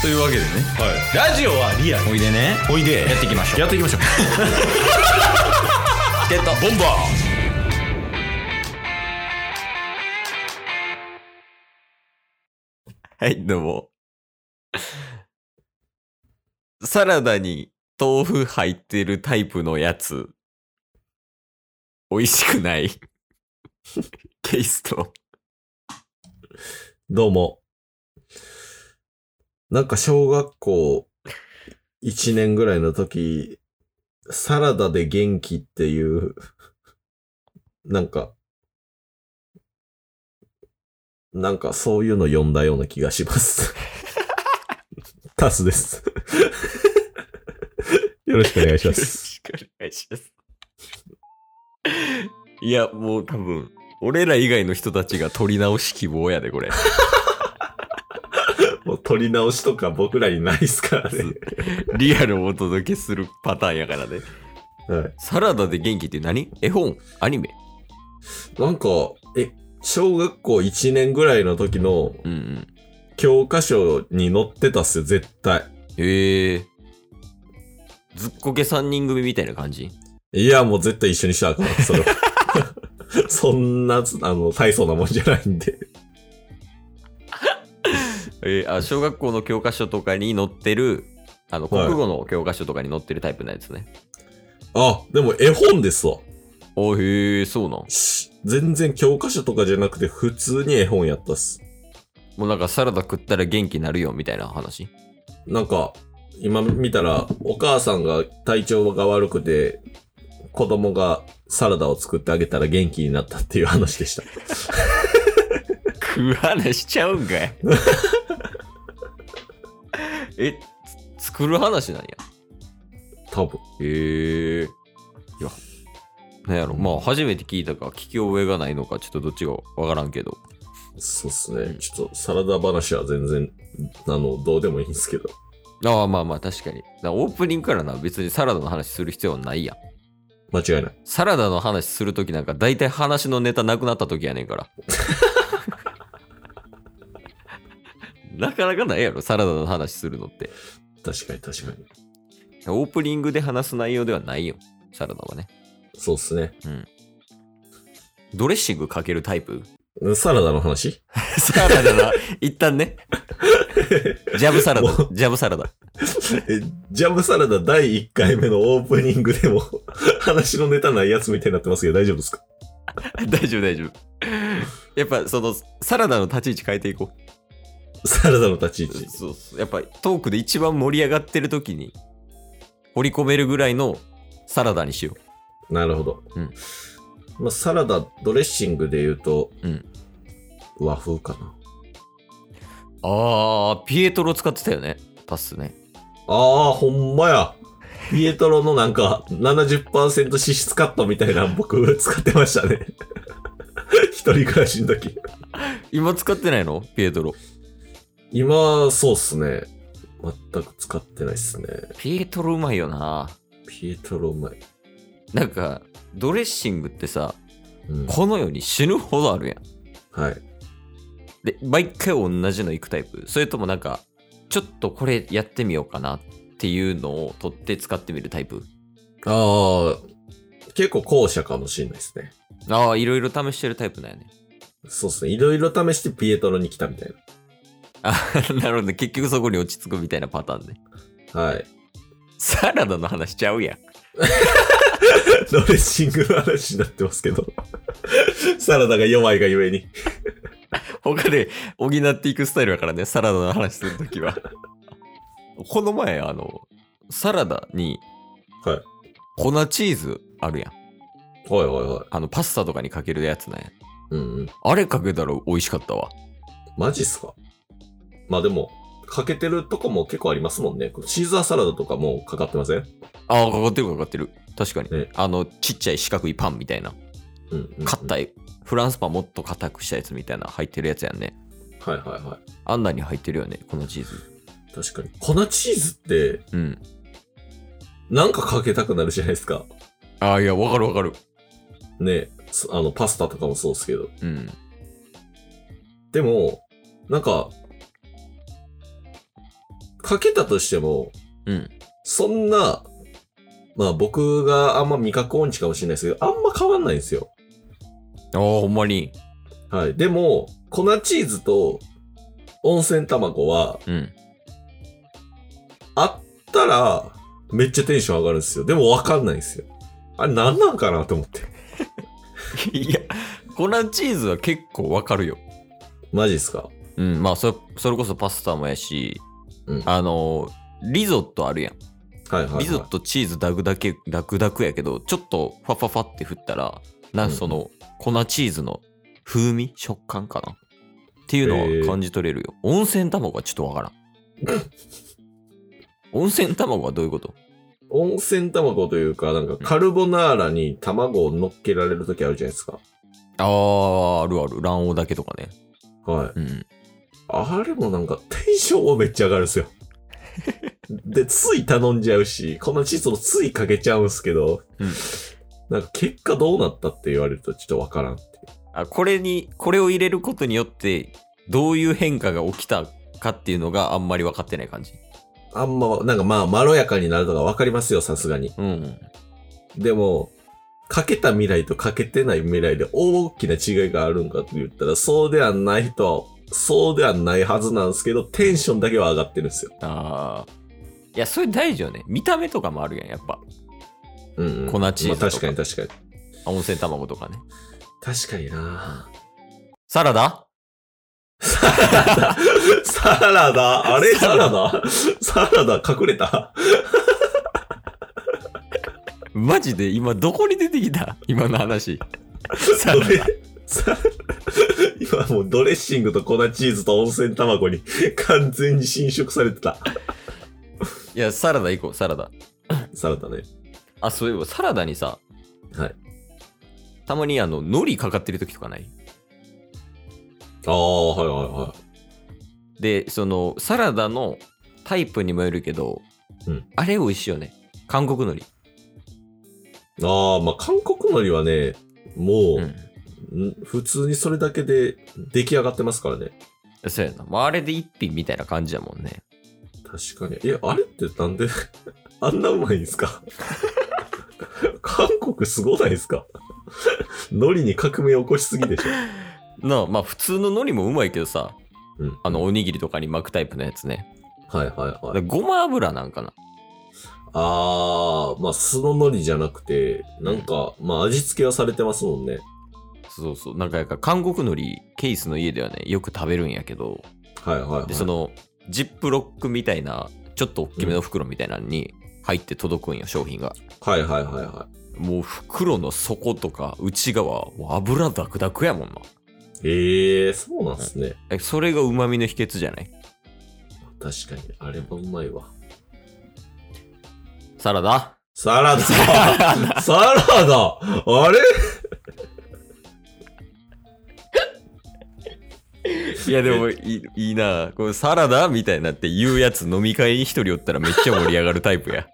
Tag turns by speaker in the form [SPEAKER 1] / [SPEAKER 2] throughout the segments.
[SPEAKER 1] というわけでね
[SPEAKER 2] はい、ラジオはリアル
[SPEAKER 1] おいでね
[SPEAKER 2] おいで
[SPEAKER 1] やっていきましょう
[SPEAKER 2] やっていきましょう
[SPEAKER 1] ゲット
[SPEAKER 2] ボンバ
[SPEAKER 1] はいどうもサラダに豆腐入ってるタイプのやつ美味しくないケイスト
[SPEAKER 3] う。どうも。なんか小学校1年ぐらいの時、サラダで元気っていう、なんか、なんかそういうの読んだような気がし ます。タスです。よろしくお願いし
[SPEAKER 1] よ
[SPEAKER 3] ま
[SPEAKER 1] ろ
[SPEAKER 3] す。
[SPEAKER 1] しくお願いしますいやもう多分俺ら以外の人たちが取り直し希望やでこれ
[SPEAKER 3] もう取り直しとか僕らにないですからね。
[SPEAKER 1] リアルをお届けするパターンやからね
[SPEAKER 3] はい。
[SPEAKER 1] サラダで元気って何絵本アニメ
[SPEAKER 3] なんか、え、小学校1年ぐらいの時の
[SPEAKER 1] うんうん
[SPEAKER 3] 教科書に載ってたっすよ、絶対。
[SPEAKER 1] へえずっこけ3人組みたいな感じ
[SPEAKER 3] いや、もう絶対一緒にしたらあかん、それは。 そんな、あの、大層なもんじゃないんで。
[SPEAKER 1] えーあ小学校の教科書とかに載ってるあの国語の教科書とかに載ってるタイプのやつね、
[SPEAKER 3] あ、でも絵本ですわ。
[SPEAKER 1] あへえそうなん
[SPEAKER 3] し全然教科書とかじゃなくて、普通に絵本やったっす。
[SPEAKER 1] もうなんかサラダ食ったら元気になるよみたいな話
[SPEAKER 3] なんか、今見たら、お母さんが体調が悪くて、子供がサラダを作ってあげたら元気になったっていう話でした。
[SPEAKER 1] 食う話しちゃうんかい えつ作る話なんや
[SPEAKER 3] 多分。
[SPEAKER 1] へえいやなんやろまあ初めて聞いたか聞き覚えがないのかちょっとどっちがわからんけど
[SPEAKER 3] そうっすね。ちょっとサラダ話は全然、あの、どうでもいいんですけど。
[SPEAKER 1] ああまあまあ確かになオープニングからな別にサラダの話する必要はないやん
[SPEAKER 3] 間違いない。
[SPEAKER 1] サラダの話するときなんか大体話のネタなくなったときやねんから。 なかなかないやろ、サラダの話するのって。
[SPEAKER 3] 確かに確かに。
[SPEAKER 1] オープニングで話す内容ではないよ、サラダはね。
[SPEAKER 3] そうっすね。
[SPEAKER 1] ドレッシングかけるタイプ
[SPEAKER 3] サラダの話
[SPEAKER 1] サラダだ。一旦ね。ジャブサラダ
[SPEAKER 3] も、
[SPEAKER 1] ジャブサラダ。
[SPEAKER 3] えジャムサラダ第1回目のオープニングでも 話のネタないやつみたいになってますけど大丈夫ですか
[SPEAKER 1] 大丈夫、大丈夫。やっぱそのサラダの立ち位置変えていこう。
[SPEAKER 3] サラダの立ち位置。
[SPEAKER 1] そうそうやっぱトークで一番盛り上がってる時に掘り込めるぐらいのサラダにしよ
[SPEAKER 3] なるほど。
[SPEAKER 1] うん
[SPEAKER 3] まあ、サラダ、ドレッシングで言うと、
[SPEAKER 1] う。うん。
[SPEAKER 3] 和風かな。
[SPEAKER 1] ああ、ピエトロ使ってたよね。タスね。
[SPEAKER 3] ああ、ほんまや。ピエトロのなんか70%脂質カットみたいなの僕使ってましたね。 一人暮らしの時。
[SPEAKER 1] 今使ってないのピエトロ。
[SPEAKER 3] 今、そうっすね。全く使ってないっすね。
[SPEAKER 1] ピエトロうまいよな。
[SPEAKER 3] ピエトロうまい。
[SPEAKER 1] なんか、ドレッシングってさ、
[SPEAKER 3] うん、
[SPEAKER 1] この世に死ぬほどあるやん。
[SPEAKER 3] はい。
[SPEAKER 1] で、毎回同じのいくタイプ。それともなんか、ちょっとこれやってみようかなっていうのを取って使ってみるタイプ。
[SPEAKER 3] ああ、結構後者かもしれないですね。
[SPEAKER 1] ああ、いろいろ試してるタイプなんやね。
[SPEAKER 3] そうですね。いろいろ試してピエトロに来たみたい
[SPEAKER 1] あ なるほど。結局そこに落ち着くみたいなパターンね。
[SPEAKER 3] な。はい。
[SPEAKER 1] サラダの話しちゃうやん。
[SPEAKER 3] ドレッシングの話になってますけ ど。サラダが弱いがゆえに。
[SPEAKER 1] 他で補っていくスタイルだからね、サラダの話するとき は。この前、あの、サラダに
[SPEAKER 3] はい。
[SPEAKER 1] 粉チーズあるやん。
[SPEAKER 3] はいはいはい。
[SPEAKER 1] あの、パスタとかにかけるやつね。
[SPEAKER 3] うんうん。
[SPEAKER 1] あれかけたら美味しかったわ。
[SPEAKER 3] マジっすかまあでも、かけてるとこも結構ありますもんね。シーザーサラダとかもかかってません
[SPEAKER 1] ああ、かかってるかかってる。確かに。
[SPEAKER 3] ね
[SPEAKER 1] あの、ちっちゃい四角いパンみたいな。
[SPEAKER 3] うんうん、うん。
[SPEAKER 1] 硬い。フランスパンもっと硬くしたやつみたいな入ってるやつやんね。
[SPEAKER 3] はいはいは
[SPEAKER 1] あんなに入ってるよね、このチーズ。
[SPEAKER 3] い。確かに。粉チーズって、
[SPEAKER 1] うん。
[SPEAKER 3] なんかかけたくなるじゃないですか。
[SPEAKER 1] ああ、いや、わかるわかる。
[SPEAKER 3] ねえそあの、パスタとかもそうですけど。
[SPEAKER 1] うん。
[SPEAKER 3] でも、なんか、かけたとしても、
[SPEAKER 1] うん。
[SPEAKER 3] そんな、まあ僕があんま味覚音痴かもしれないですけど、あんま変わんないんですよ。
[SPEAKER 1] ああ、ほんまに。
[SPEAKER 3] はい。でも、粉チーズと温泉卵は、
[SPEAKER 1] うん。
[SPEAKER 3] あったら、めっちゃテンション上がるんですよ。でもわかんないんですよ。あれ何なんかなと思って。
[SPEAKER 1] いや、粉チーズは結構わかるよ。
[SPEAKER 3] マジっすか
[SPEAKER 1] うん、まあそれ、それこそパスタもやし、
[SPEAKER 3] うん
[SPEAKER 1] あの、リゾットあるやん。
[SPEAKER 3] はいはい、はい。
[SPEAKER 1] リゾットチーズダクダク、ダクダクやけど、ちょっとファファファって振ったら、なんかその、粉チーズの風味食感かなっていうのは感じ取れるよ。温泉卵はちょっとわ からん。温泉卵はどういうこと
[SPEAKER 3] 温泉卵というか、なんかカルボナーラに卵を乗っけられる時あるじゃないですか。
[SPEAKER 1] ああ、あるある。卵黄だけとかね。
[SPEAKER 3] はい。
[SPEAKER 1] うん。
[SPEAKER 3] あれもなんかテンションもめっちゃ上がる んですよ。で、つい頼んじゃうし、このチーズもついかけちゃうんすけど、
[SPEAKER 1] うん
[SPEAKER 3] なんか結果どうなったって言われるとちょっとわからん。
[SPEAKER 1] あ、これに、これを入れることによって、どういう変化が起きたかっていうのがあんまり分かってない感じ。
[SPEAKER 3] あんま、なんかまあ、まろやかになるとかわかりますよ、さすがに。
[SPEAKER 1] うん。
[SPEAKER 3] でも、かけた未来とかけてない未来で大きな違いがあるんかって言ったら、そうではない人は、そうではないはずなんですけど、テンションだけは上がってるんですよ。
[SPEAKER 1] ああ。いや、それ大事よね。見た目とかもあるやん、やっぱ。
[SPEAKER 3] うん、うん。
[SPEAKER 1] 粉チーズとか
[SPEAKER 3] まあ確かに確かに。
[SPEAKER 1] あ温泉卵とかね。
[SPEAKER 3] 確かにな
[SPEAKER 1] サラダ
[SPEAKER 3] サラダあれサラダサラダ隠れた
[SPEAKER 1] マジで今どこに出てきた今の話。サ
[SPEAKER 3] ど
[SPEAKER 1] ラダ
[SPEAKER 3] れさ 今もうドレッシングと粉チーズと温泉卵に 完全に侵食されてた。
[SPEAKER 1] いや、サラダ行こう、サラダ。
[SPEAKER 3] サラダね。
[SPEAKER 1] あ、そういえばサラダにさ、
[SPEAKER 3] はい。
[SPEAKER 1] たまにあの、海苔かかってる時とかない
[SPEAKER 3] ああ、はいはいはい。
[SPEAKER 1] で、その、サラダのタイプにもよるけど、
[SPEAKER 3] うん
[SPEAKER 1] あれ美味しいよね。韓国海苔。
[SPEAKER 3] ああ、まあ韓国海苔はね、もう、
[SPEAKER 1] うん。
[SPEAKER 3] ん普通にそれだけで出来上がってますからね。
[SPEAKER 1] そうやな。まあ、あれで一品みたいな感じだもんね。
[SPEAKER 3] 確かに。え、あれってなんで、 あんなうまいんですか韓国すごないですか 海苔に革命起こしすぎでしょ。
[SPEAKER 1] なあ、まあ、普通の海苔もうまいけどさ、
[SPEAKER 3] うん。
[SPEAKER 1] あの、おにぎりとかに巻くタイプのやつね。
[SPEAKER 3] はいはいは
[SPEAKER 1] で
[SPEAKER 3] い。
[SPEAKER 1] ごま油なんかな。
[SPEAKER 3] あー、まあ素の海苔じゃなくて、なんか、まあ味付けはされてますもんね。
[SPEAKER 1] そうそう。なんか、やっぱ韓国海苔、ケースの家ではね、よく食べるんやけど、
[SPEAKER 3] はいはいはい。
[SPEAKER 1] で、その、ジップロックみたいな、ちょっと大きめの袋みたいなのに入って届くんよ、商品が。
[SPEAKER 3] はいはいはいは
[SPEAKER 1] もう、袋の底とか内側、もう油ダクダクやもんな。
[SPEAKER 3] い。えー、そうなんすね。
[SPEAKER 1] え、それが旨味の秘訣じゃない
[SPEAKER 3] 確かに、あれはうまいわ。
[SPEAKER 1] サラダ
[SPEAKER 3] サ ラダサラダあれ
[SPEAKER 1] いやでもいいいいなこのサラダみたいになって言うやつ飲み会に一人おったらめっちゃ盛り上がるタイプや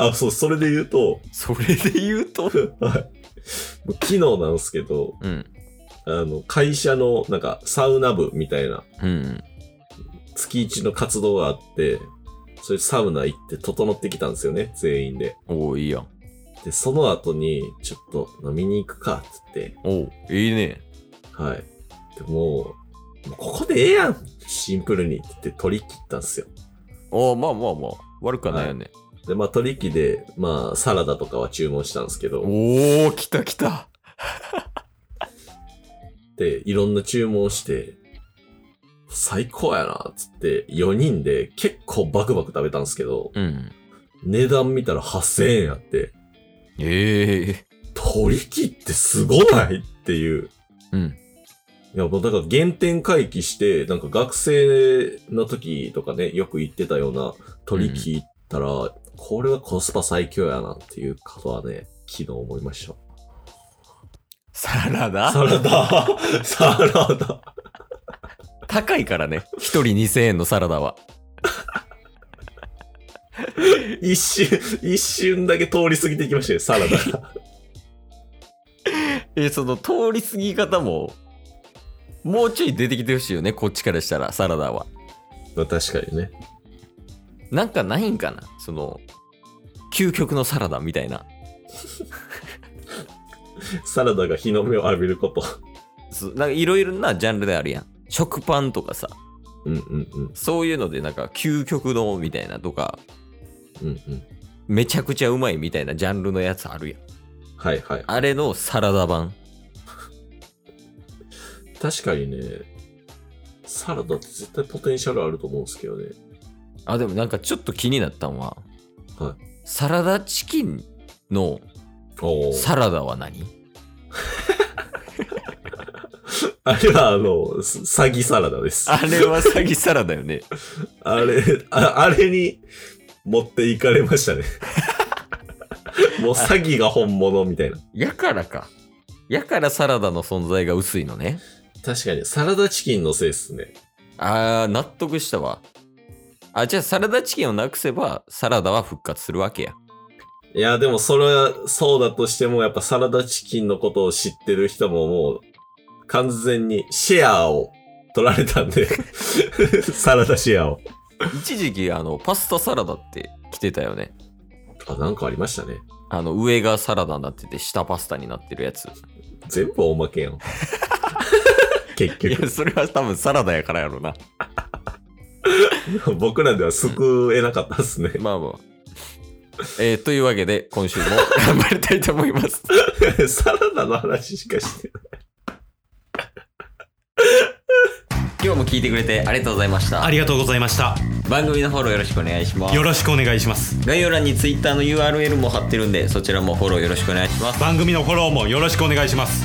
[SPEAKER 3] あ、そう、それで言うと、
[SPEAKER 1] それで言うと
[SPEAKER 3] はい。もう昨日なんですけど、
[SPEAKER 1] うん
[SPEAKER 3] あの、会社の、なんか、サウナ部みたいな、
[SPEAKER 1] うん
[SPEAKER 3] 月一の活動があって、それサウナ行って整ってきたんですよね、全員で。
[SPEAKER 1] おおいいやん
[SPEAKER 3] で、その後に、ちょっと飲みに行くか、つって、
[SPEAKER 1] おういいね
[SPEAKER 3] はい。でもう、もうここでええやんシンプルにって言って取り切ったんですよ。
[SPEAKER 1] おまあまあまあ悪くはないよね、
[SPEAKER 3] で、まあ取り切で、まあサラダとかは注文したんですけど、
[SPEAKER 1] おお来た来た
[SPEAKER 3] で、いろんな注文をして、最高やな、つって、4人で結構バクバク食べたんですけど、
[SPEAKER 1] うん
[SPEAKER 3] 値段見たら8000円やって、
[SPEAKER 1] ええ
[SPEAKER 3] 取り切ってすごないっていう。
[SPEAKER 1] うん
[SPEAKER 3] いや、もうだから原点回帰して、なんか学生の時とかね、よく言ってたような取り切ったら、これはコスパ最強やなっていうことはね、昨日思いました。
[SPEAKER 1] サラダ
[SPEAKER 3] サラダサラダ
[SPEAKER 1] 高いからね一人2000円のサラダは
[SPEAKER 3] 一瞬、一瞬だけ通り過ぎていきましたよ、サラダが。
[SPEAKER 1] えその通り過ぎ方ももうちょい出てきてほしいよねこっちからしたらサラダは
[SPEAKER 3] まあ確かにね。
[SPEAKER 1] なんかないんかなその、究極のサラダみたいな。
[SPEAKER 3] サラダが日の目を浴びること。
[SPEAKER 1] そうなんかいろいろなジャンルであるやん。食パンとかさ、
[SPEAKER 3] うんうんうん。
[SPEAKER 1] そういうのでなんか究極のみたいなとか、
[SPEAKER 3] うんうん。
[SPEAKER 1] めちゃくちゃうまいみたいなジャンルのやつあるやん。
[SPEAKER 3] はいはい。
[SPEAKER 1] あれのサラダ版。
[SPEAKER 3] 確かにね、サラダって絶対ポテンシャルあると思うんですけどね。
[SPEAKER 1] あ、でもなんかちょっと気になったんは、
[SPEAKER 3] は
[SPEAKER 1] サラダチキンの
[SPEAKER 3] おー
[SPEAKER 1] サラダは何
[SPEAKER 3] あれは、あの、す詐欺サラダで す。
[SPEAKER 1] あ
[SPEAKER 3] あ
[SPEAKER 1] れは詐欺サラダよね。
[SPEAKER 3] れ、ああれに持っていかれました ね。もう詐欺が本物みたいな。
[SPEAKER 1] やからか。やからサラダの存在が薄いのね。
[SPEAKER 3] 確かに、サラダチキンのせいっすね。
[SPEAKER 1] あー、納得したわ。あ、じゃあサラダチキンをなくせば、サラダは復活するわけや。
[SPEAKER 3] いや、でもそれはそうだとしても、やっぱサラダチキンのことを知ってる人ももう、完全にシェアを取られた んで、サラダシェアを。
[SPEAKER 1] 一時期、あの、パスタサラダって来てたよね。
[SPEAKER 3] あ、なんかありましたね。
[SPEAKER 1] あの、上がサラダになってて、下パスタになってるやつ。
[SPEAKER 3] 全部おまけや ん。結
[SPEAKER 1] い
[SPEAKER 3] 局、
[SPEAKER 1] や、それは多分サラダやからやろな。
[SPEAKER 3] 僕らでは救えなかったっすね。
[SPEAKER 1] まあまあ。えーというわけで、今 週も頑張りたいと思います。
[SPEAKER 3] サラダの話しかしてない。
[SPEAKER 1] 今日も聞いてくれてありがとうございました
[SPEAKER 2] あ。りがとうございました
[SPEAKER 1] 番組のフォローよろしくお願いします
[SPEAKER 2] よ。ろしくお願いします
[SPEAKER 1] 概要欄に Twitter の URL も貼ってるんで、そちらもフォローよろしくお願いします。
[SPEAKER 2] 番組のフォローもよろしくお願いします